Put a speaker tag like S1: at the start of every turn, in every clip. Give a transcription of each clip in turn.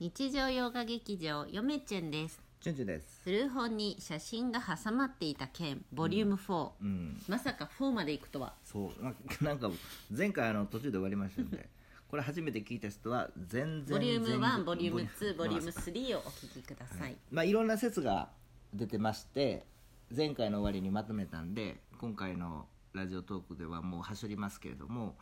S1: 日常洋画劇場よめちゅんです
S2: チュンチュンです。
S1: 古本に写真が挟まっていた件ボリューム4、
S2: うん、
S1: まさか4まで行くとは
S2: そう、ななんか 前回あの途中で終わりましたん で、これ初めて聞いた人は全然
S1: ボリューム1
S2: 全
S1: ボリューム2ボリューム
S2: まあ
S1: 3をお聞きください、
S2: まあいろんな説が出てまして、前回の終わりにまとめたんで、今回のラジオトークではもう端折りますけれども、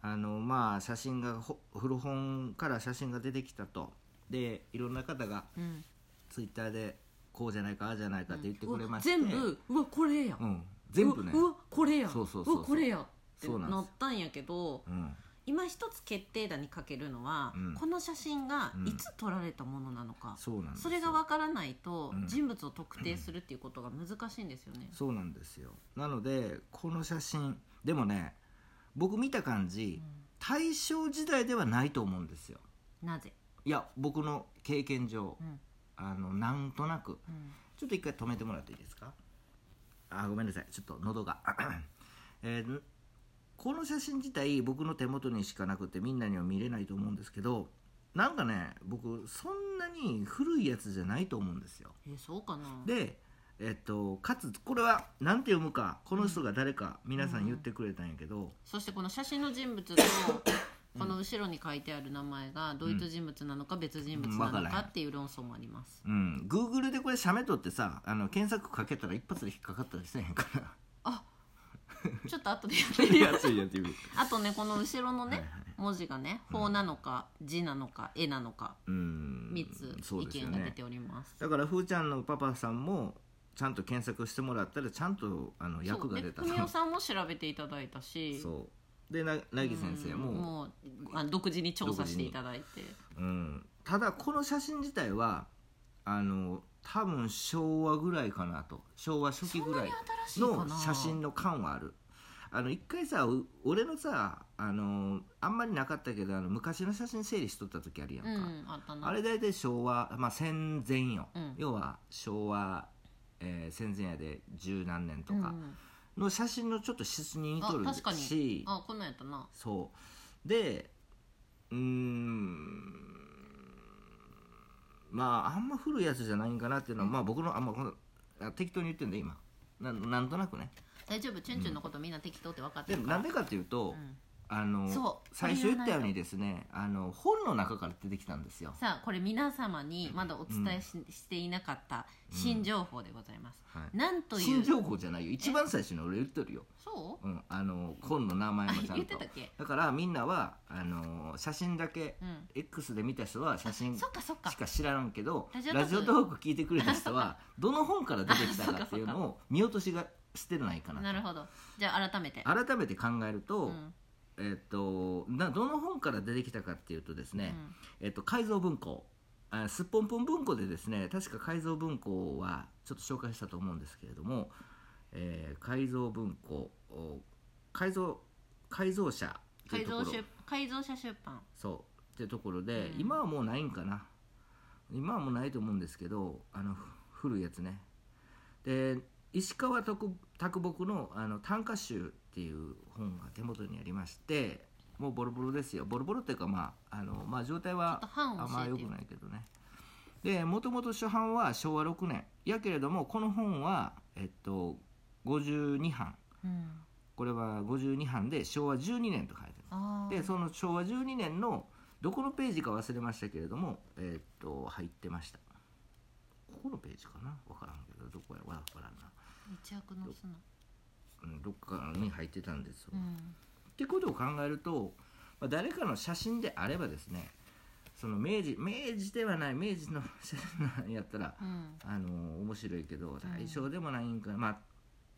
S2: あのまあ写真がほ古本から写真が出てきたと、でいろんな方が
S1: うん
S2: ツイッターでこうじゃないかああじゃないかって言ってくれまして、
S1: 全、部うわこれや、
S2: うん、全部ね、
S1: うわうわこれや
S2: そうそうそうそう
S1: わこれやって
S2: そうなんです
S1: なったんやけど
S2: うん。
S1: 今一つ決定打にかけるのは、
S2: うん
S1: この写真が
S2: うん
S1: いつ撮られたものなのか、
S2: そうなんです
S1: それが分からないと、
S2: うん
S1: 人物を特定するっていうことが難しいんですよね、
S2: そうなんですよなのでこの写真でもね僕見た感じ、大正時代ではないと思うんですよ
S1: なぜ、
S2: いや僕の経験上、
S1: うん
S2: あのなんとな
S1: う
S2: く
S1: ん
S2: ちょっと一回止めてもらっていいですかあごめんなさいちょっと喉が えーこの写真自体僕の手元にしかなくてみんなには見れないと思うんですけどなんかね僕そんなに古いやつじゃないと思うんですよ
S1: えそうかな
S2: で、えっと、かつこれは何て読むかこの人が誰か皆さん言ってくれたんやけど、
S1: そしてこの写真の人物とこの後ろに書いてある名前が同一人物なのか別人物な
S2: うんわ
S1: の
S2: から
S1: か
S2: へん
S1: っていう論争もあり ます、
S2: うん、Google でこれ写メ撮ってさあの検索かけたら一発で引っかかったりせえへんから
S1: ちょっと後でやってみよう
S2: やついやつい
S1: あとねこの後ろのね、
S2: はいはい
S1: 文字がね「法」なのか「字」なのか「絵」なのか
S2: うん
S1: 3つ
S2: そう
S1: 意
S2: ですよ
S1: 見が出
S2: ね
S1: ております
S2: だからふーちゃんのパパさんもちゃんと検索してもらったらちゃんとあの役が出た
S1: そうで文雄さんも調べていただいたし
S2: そうでな凪先生も、
S1: うんもうあ独自に調査していただいて
S2: うん、ただこの写真自体はあの多分昭和ぐらいかなと昭和初期ぐらい
S1: そんなに新しいか
S2: の
S1: な
S2: 写真の感はあるあの一回さう俺のさあのあんまりなかったけどあの昔の写真整理しとった時あるやん
S1: う
S2: か、
S1: んあったな
S2: あれ大体昭和、まあ、戦前よ、
S1: うん
S2: 要は昭和、えー戦前やで十何年と
S1: うんう
S2: か
S1: ん
S2: の写真のちょっと質に似
S1: あ
S2: とる
S1: 確か
S2: し
S1: にあこんなんやったな
S2: そうでうーんまああんま古いやつじゃないんかなっていうのは、まあ僕のあんまこのあ適当に言ってんだ今ななんとなくね
S1: 大丈夫チュンチュンのことみんな適当って分かって
S2: で
S1: る
S2: も
S1: から
S2: なんでかっていう
S1: う
S2: と、
S1: ん
S2: あの
S1: そう
S2: 最初言ったようにですねあの本の中から出てきたんですよ、
S1: さあこれ皆様にまだお伝えし,、ていなかった新情報でございます、
S2: はい
S1: なんとい
S2: 新
S1: う
S2: 情報じゃないよ一番最初の俺言ってるよ、
S1: そ
S2: うん、あの本の名前もちゃんと
S1: あ言ってたっけ
S2: だからみんなはあの写真だけ、
S1: ううん
S2: X で見た人は写真
S1: そっかそっか
S2: しか知らんけど
S1: ラジオトーク
S2: ラジオトーク聞いてくれた人 はどの本から出てきたかっていうのを見落としがしてないかな
S1: なるほどじゃあ改めて
S2: 改めて考えると,、
S1: うん
S2: えっとなどの本から出てきたかっていうとです
S1: う
S2: ね、
S1: ん
S2: えっと改造文庫あすっぽんぽん文庫でですね確か改造文庫はちょっと紹介したと思うんですけれども、えー改造文庫お改造改造者って
S1: 改
S2: いうところ
S1: 造出改造者出版
S2: そうってところで、
S1: うん
S2: 今はもうないんかな今はもうないと思うんですけどあのふ古いやつねで石川拓拓木のあの短歌集っていう本が手元にありましてもうボロボロですよボロボロっていうかまああの、まあ、状態
S1: ちょっ
S2: は
S1: と版
S2: あ
S1: を
S2: んま
S1: 教え
S2: 良く
S1: てよ
S2: ないけどねでもともと初版は昭和6年やけれどもこの本はえっと52版
S1: うん
S2: これは52版で昭和12年と書いてある
S1: あー
S2: でその昭和12年のどこのページか忘れましたけれども、えーっと入ってましたここのページかな分からんけどどこやわからんな、
S1: 一躍の砂
S2: うん、どっかに入ってたんですよ、
S1: う
S2: っ
S1: ん
S2: てことを考えると、まあ、誰かの写真であればですねその明治明治ではない明治の 写真なんやったら
S1: うん
S2: あのー面白いけど大正でもないんかな、まあ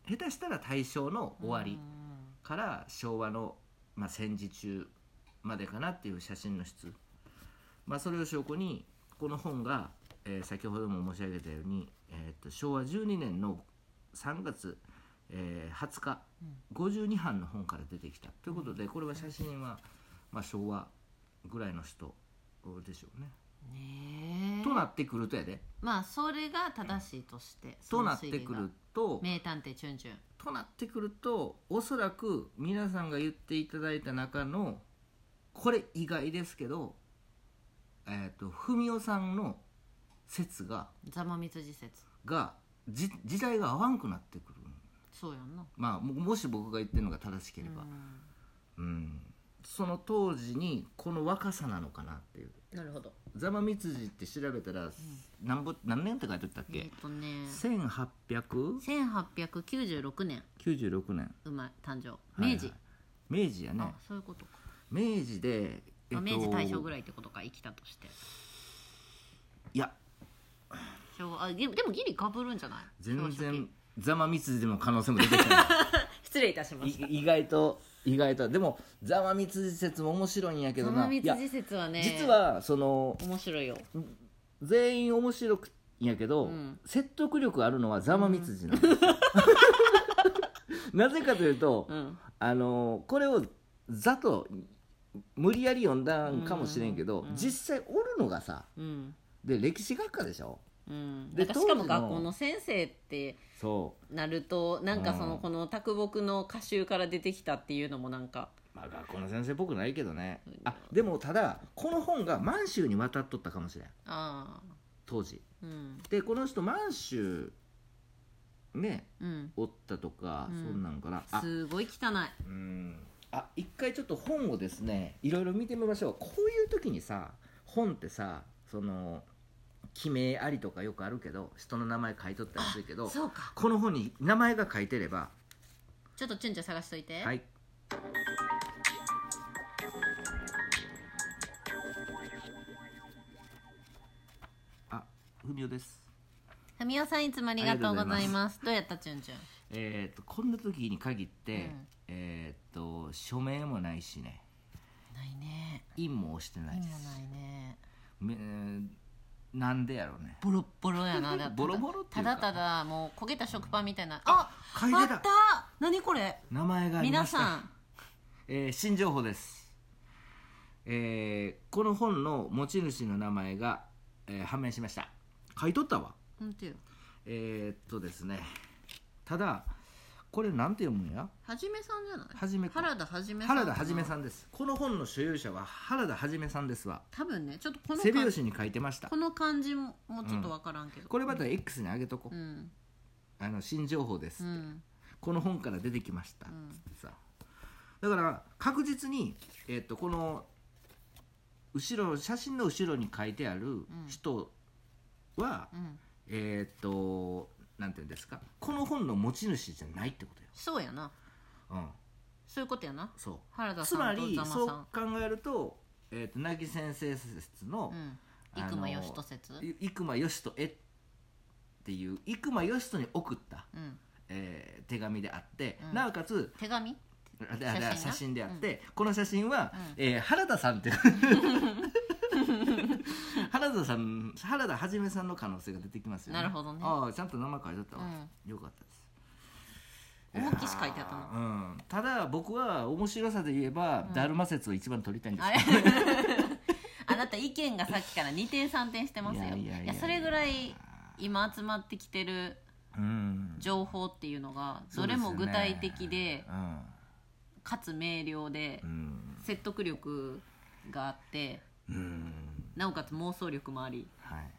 S2: 下手したら大正の終わり、
S1: うん
S2: から昭和の、まあ、戦時中までかなっていう写真の質、まあ、それを証拠にこの本が、えー先ほども申し上げたように、えー、と昭和12年の3月、えー20日52版の本から出てきたということでこれは写真は、まあ、昭和ぐらいの人でしょうね。
S1: ねえ
S2: となってくるとやで
S1: まあそれが正しいとして
S2: となってくると
S1: その推理が名探偵チュンチュン
S2: となってくるとおそらく皆さんが言っていただいた中のこれ以外ですけどえー、と文雄さんの説が
S1: ざまみつじ説
S2: がじ時代が合わんくなってくる
S1: そうやんな
S2: まあももし僕が言ってるのが正しければ、うんその当時にこの若さなのかなっていう
S1: なるほど
S2: 座間密次って調べたら、なんぼ何年って書いてあったっ
S1: えっ
S2: け、
S1: とね
S2: 1896
S1: 1896年
S2: 年
S1: 生まれ誕生
S2: はいはい
S1: 明治、
S2: 明治やね
S1: あそういうことか、
S2: 明治で、え
S1: あ明治大正ぐ
S2: い
S1: らいってことか生きたとして
S2: いや
S1: 昭和あでもでもギリかぶるんじゃない
S2: 全
S1: 昭和初
S2: 然
S1: 期
S2: 座間密次でも可能性も出てきた
S1: 失礼いたしま
S2: い
S1: した
S2: 意外と意外とでもざわみつじ説も面白いんやけど
S1: ざま
S2: な
S1: み
S2: い
S1: つ
S2: や
S1: じ説はね
S2: 実はその
S1: 面白いよ
S2: 全員面白くんやけど、
S1: うん
S2: 説得力あるのはざわみつじなん ですよ、 なぜかというと、
S1: うん
S2: あのこれを「ざ」と無理やり読んだんかもしれんけど、
S1: うんうん
S2: 実際おるのがさ
S1: うん
S2: で歴史学科でしょ
S1: うん、
S2: で
S1: なんかしか
S2: 当
S1: も
S2: 時の
S1: 学校の先生って
S2: そ
S1: なるとなんかそうの
S2: ん
S1: この卓木の歌集から出てきたっていうのもなんか
S2: うまあ学校の先生っぽくないけどねあでもただこの本が満州に渡っとったかもしれん
S1: あ
S2: 当時
S1: あうん
S2: でこの人満州ね
S1: うん
S2: おったとか、
S1: うん
S2: そんなんかなあ
S1: すごい汚い
S2: うんあ一回ちょっと本をですねいろいろ見てみましょうこういう時にさ本ってさその記名ありとかよくあるけど人の名前書いとったりするけど
S1: そうか
S2: この本に名前が書いてれば
S1: ちょっとチュンチュン探しといて
S2: はいあ文雄です
S1: ふみおさんいつもありがとうございますどうやったチュンチュン
S2: えー、とこんな時に限って、
S1: うん
S2: えー、と署名もないしね
S1: ないね
S2: 印も押してない
S1: 意
S2: で
S1: 味
S2: す
S1: もないね
S2: めえーなんでやろうね
S1: ボロッボロやなだって
S2: ボロボロって
S1: た
S2: いうか
S1: だただもう焦げた食パンみたいなあ
S2: 書い
S1: あ
S2: て
S1: ったた何これ
S2: 名前がありま
S1: 皆
S2: した
S1: さん
S2: えー新情報です、えーこの本の持ち主の名前が、えー判明しました書いとったわ
S1: 本当よ
S2: えー、っとですねただこれなんて読むんや
S1: はじめさんじゃない
S2: はじめか
S1: 原田はじめさん
S2: 原田はじめさんですこの本の所有者は原田はじめさんですわ
S1: 多分ねちょっとこの
S2: 背
S1: 感
S2: 拍
S1: じ
S2: 子に書いてました
S1: この感じももうちょっとわからんけど、
S2: これまた X に上げとこう、
S1: うん
S2: あの新情報です、
S1: うん
S2: この本から出てきました、
S1: ん
S2: さだから確実に、えっとこの後ろ写真の後ろに書いてある人は、
S1: うん
S2: えっ、となんていうんですかこの本の持ち主じゃないってことよ、
S1: そうやな
S2: うん、
S1: そういうことやな
S2: そ
S1: 原
S2: う
S1: 田
S2: つ
S1: さ
S2: ま
S1: んと
S2: り
S1: ざまさ
S2: そう考
S1: ん
S2: えると,、えっと凪先生説の、
S1: うん
S2: あの
S1: 生間義人説
S2: い生間義人へっていう生間義人に送った、
S1: うん
S2: えー手紙であって、
S1: うん
S2: なおかつ
S1: 手紙
S2: あだ
S1: 写
S2: から
S1: 真な
S2: 写真であって、この写真は、
S1: う
S2: えー原田さん っていう原田さん原田はじめさんの可能性が出てきますよね
S1: なるほどね
S2: ああちゃんと名前書いてあったわ、よかったです
S1: 大きし書いてあったな
S2: うん、ただ僕は面白さで言えば、だるま説を一番取りたいんです
S1: あ
S2: け
S1: れ
S2: ど
S1: あなた意見がさっきから2点3点してますよ
S2: いやいやい
S1: い
S2: やいや
S1: やそれぐらい今集まってきてる
S2: うん
S1: 情報っていうのが
S2: そ
S1: ど
S2: うで
S1: れ
S2: すね
S1: も具体的で
S2: うん
S1: かつ明瞭で
S2: うん
S1: 説得力があって
S2: うん
S1: なおかつ妄想力もあり
S2: はい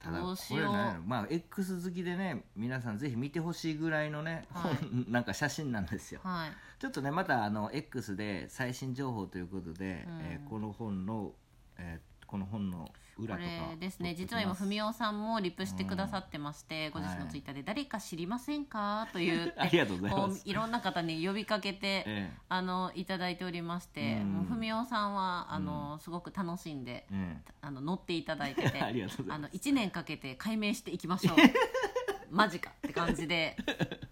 S2: ただ
S1: ど
S2: こ
S1: うし
S2: れ
S1: よう
S2: ねまあ X 好きでね皆さんぜひ見てほしいぐらいのね、
S1: はい
S2: なんか写真なんですよ
S1: はい
S2: ちょっとねまたあの X で最新情報ということで、
S1: うん
S2: えーこの本の、えーこの本の裏
S1: こと
S2: か
S1: れですね
S2: 撮っとき
S1: 実は今
S2: ます
S1: 文雄さんもリプしてくださってまして、ご自身
S2: は
S1: の
S2: い
S1: ツイッターで「誰か知りませんか?」という
S2: ありがとうございます
S1: こういろんな方に呼びかけて、
S2: え
S1: あのいただいておりまして、
S2: うん
S1: もう文雄さんはあの、すごく楽しんで
S2: ええ
S1: あの乗っていただいて て
S2: ありがとうござい
S1: あ
S2: ま
S1: の1年かけて解明していきまし ょうマジかって感じで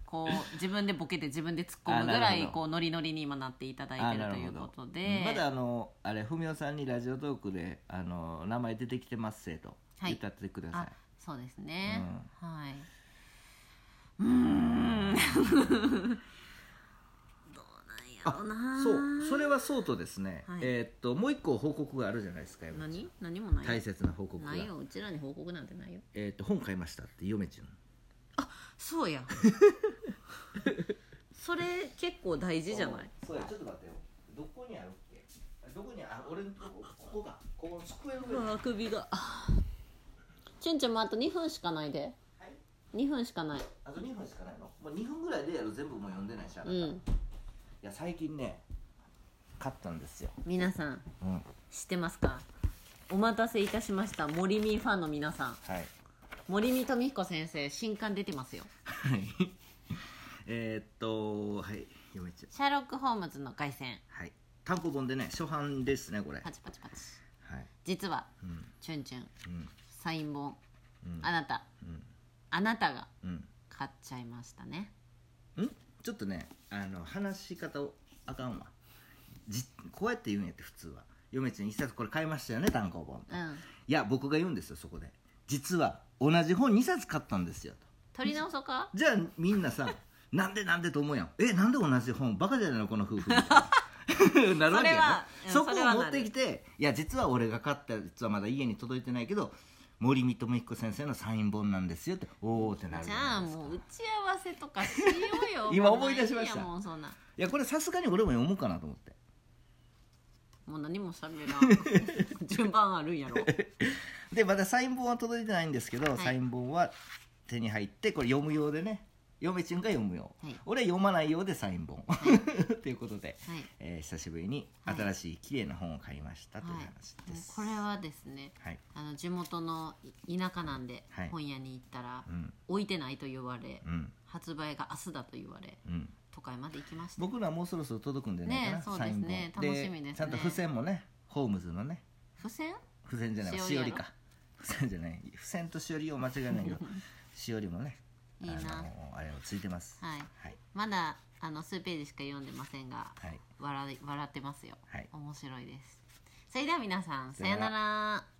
S1: こう自分でボケて自分で突っ込むぐ
S2: あな
S1: ら
S2: る
S1: い
S2: ほど
S1: こうノリノリに今なっていただい
S2: あ
S1: て
S2: な
S1: る
S2: る
S1: と
S2: ほ
S1: い
S2: ど
S1: うこと
S2: う
S1: で
S2: んまだあのあれ文雄さんにラジオトークであの名前出てきてますせと
S1: はい
S2: 言ったってください、
S1: あそうですね、はいうーん どうなんやろな
S2: そうそれはそうとですね、
S1: はい
S2: えーっともう一個報告があるじゃないですか今
S1: 何何もない
S2: 大切な報告が
S1: ないようちらに報告なんてないよ
S2: えーっと本買いましたって嫁ちゃん
S1: そう やそれ結構大事じゃない
S2: そうやちょっと待ってよどこにあるっけあどこにあ俺のとこここかこここの机の上
S1: うわ首がチュンチュンもあと2分しかないで、2分しかない
S2: あと2分しかないのもう2分ぐらいでやる全部もう読んでないしあな
S1: う
S2: た、い
S1: ん
S2: や最近ね勝ったんですよ、
S1: 皆さん
S2: うん、はい
S1: 知ってますかお待たせいたしました森見ファンの皆さん森見富彦先生新刊出てますよ
S2: はい えーっとはい読めちゃう
S1: シャーロック・ホームズの凱旋
S2: はい単行本でね初版ですねこれは
S1: パ
S2: い
S1: チパチパチ実は
S2: うん
S1: チュンチュン
S2: うん
S1: サイン本
S2: うん
S1: あなた
S2: うん
S1: あなたが
S2: うん
S1: 買っちゃいましたね
S2: んちょっとねあの話し方をあかんわじこうやって言うんやって普通は「嫁ちゃん一冊これ買いましたよね単行本」
S1: うん
S2: いや僕が言うんですよそこで「実は同じ本2冊買ったんですよ」と
S1: 取り直そうか
S2: じゃあみんなさ 「なんでなんで?」と思うやん「えなんで同じ本バカじゃないのこの夫婦」みたいなな るわけやな
S1: それは
S2: そ
S1: うん
S2: こ
S1: それ
S2: を
S1: は
S2: 持
S1: なる
S2: ってきて「いや実は俺が買ったやつはまだ家に届いてないけど森見智彦先生のサイン本なんですよ」って「おお」ってなる
S1: じ
S2: じゃ
S1: ゃあ
S2: ないですか
S1: もう打ち合わせとかしようよ
S2: 今思い出しました
S1: いやもうそんない
S2: やこれさすがに俺も読もうかなと思って
S1: もう何もしゃべら ん順番あるんやろ
S2: でまだサイン本は届いてないんですけど、
S1: い
S2: サイン本は手に入ってこれ読む用でね嫁ちゃんが読む用、
S1: はい
S2: 俺は読まない用でサイン本 ということで、
S1: はい
S2: えー久しぶりに
S1: はい
S2: 新しい綺麗な本を買いましたという
S1: はい
S2: 話です、
S1: これはですね
S2: はい
S1: あの地元のい田舎なんで、
S2: はい
S1: 本屋に行ったら、
S2: うん
S1: 置いてないと言われ、
S2: うん
S1: 発売が明日だと言われ
S2: うん
S1: 都会まで行きました
S2: 僕らはもうそろそろ届くんじゃないかな、
S1: ねえそう
S2: サ
S1: で
S2: イ
S1: す
S2: ン本
S1: ね楽しみですね
S2: ちゃんと付箋もねホームズのね
S1: 付箋
S2: 付箋じゃない
S1: しお
S2: し
S1: りや
S2: お
S1: ろ
S2: りか付箋じゃない付箋としおりを間違えないけど しおりもね
S1: いいな
S2: あのあれをついてます
S1: はい
S2: はい
S1: まだあの数ページしか読んでませんが
S2: はい
S1: 笑い笑ってますよ
S2: はい
S1: 面白いですそれでは皆さんさ
S2: さよ
S1: よ
S2: なら
S1: なら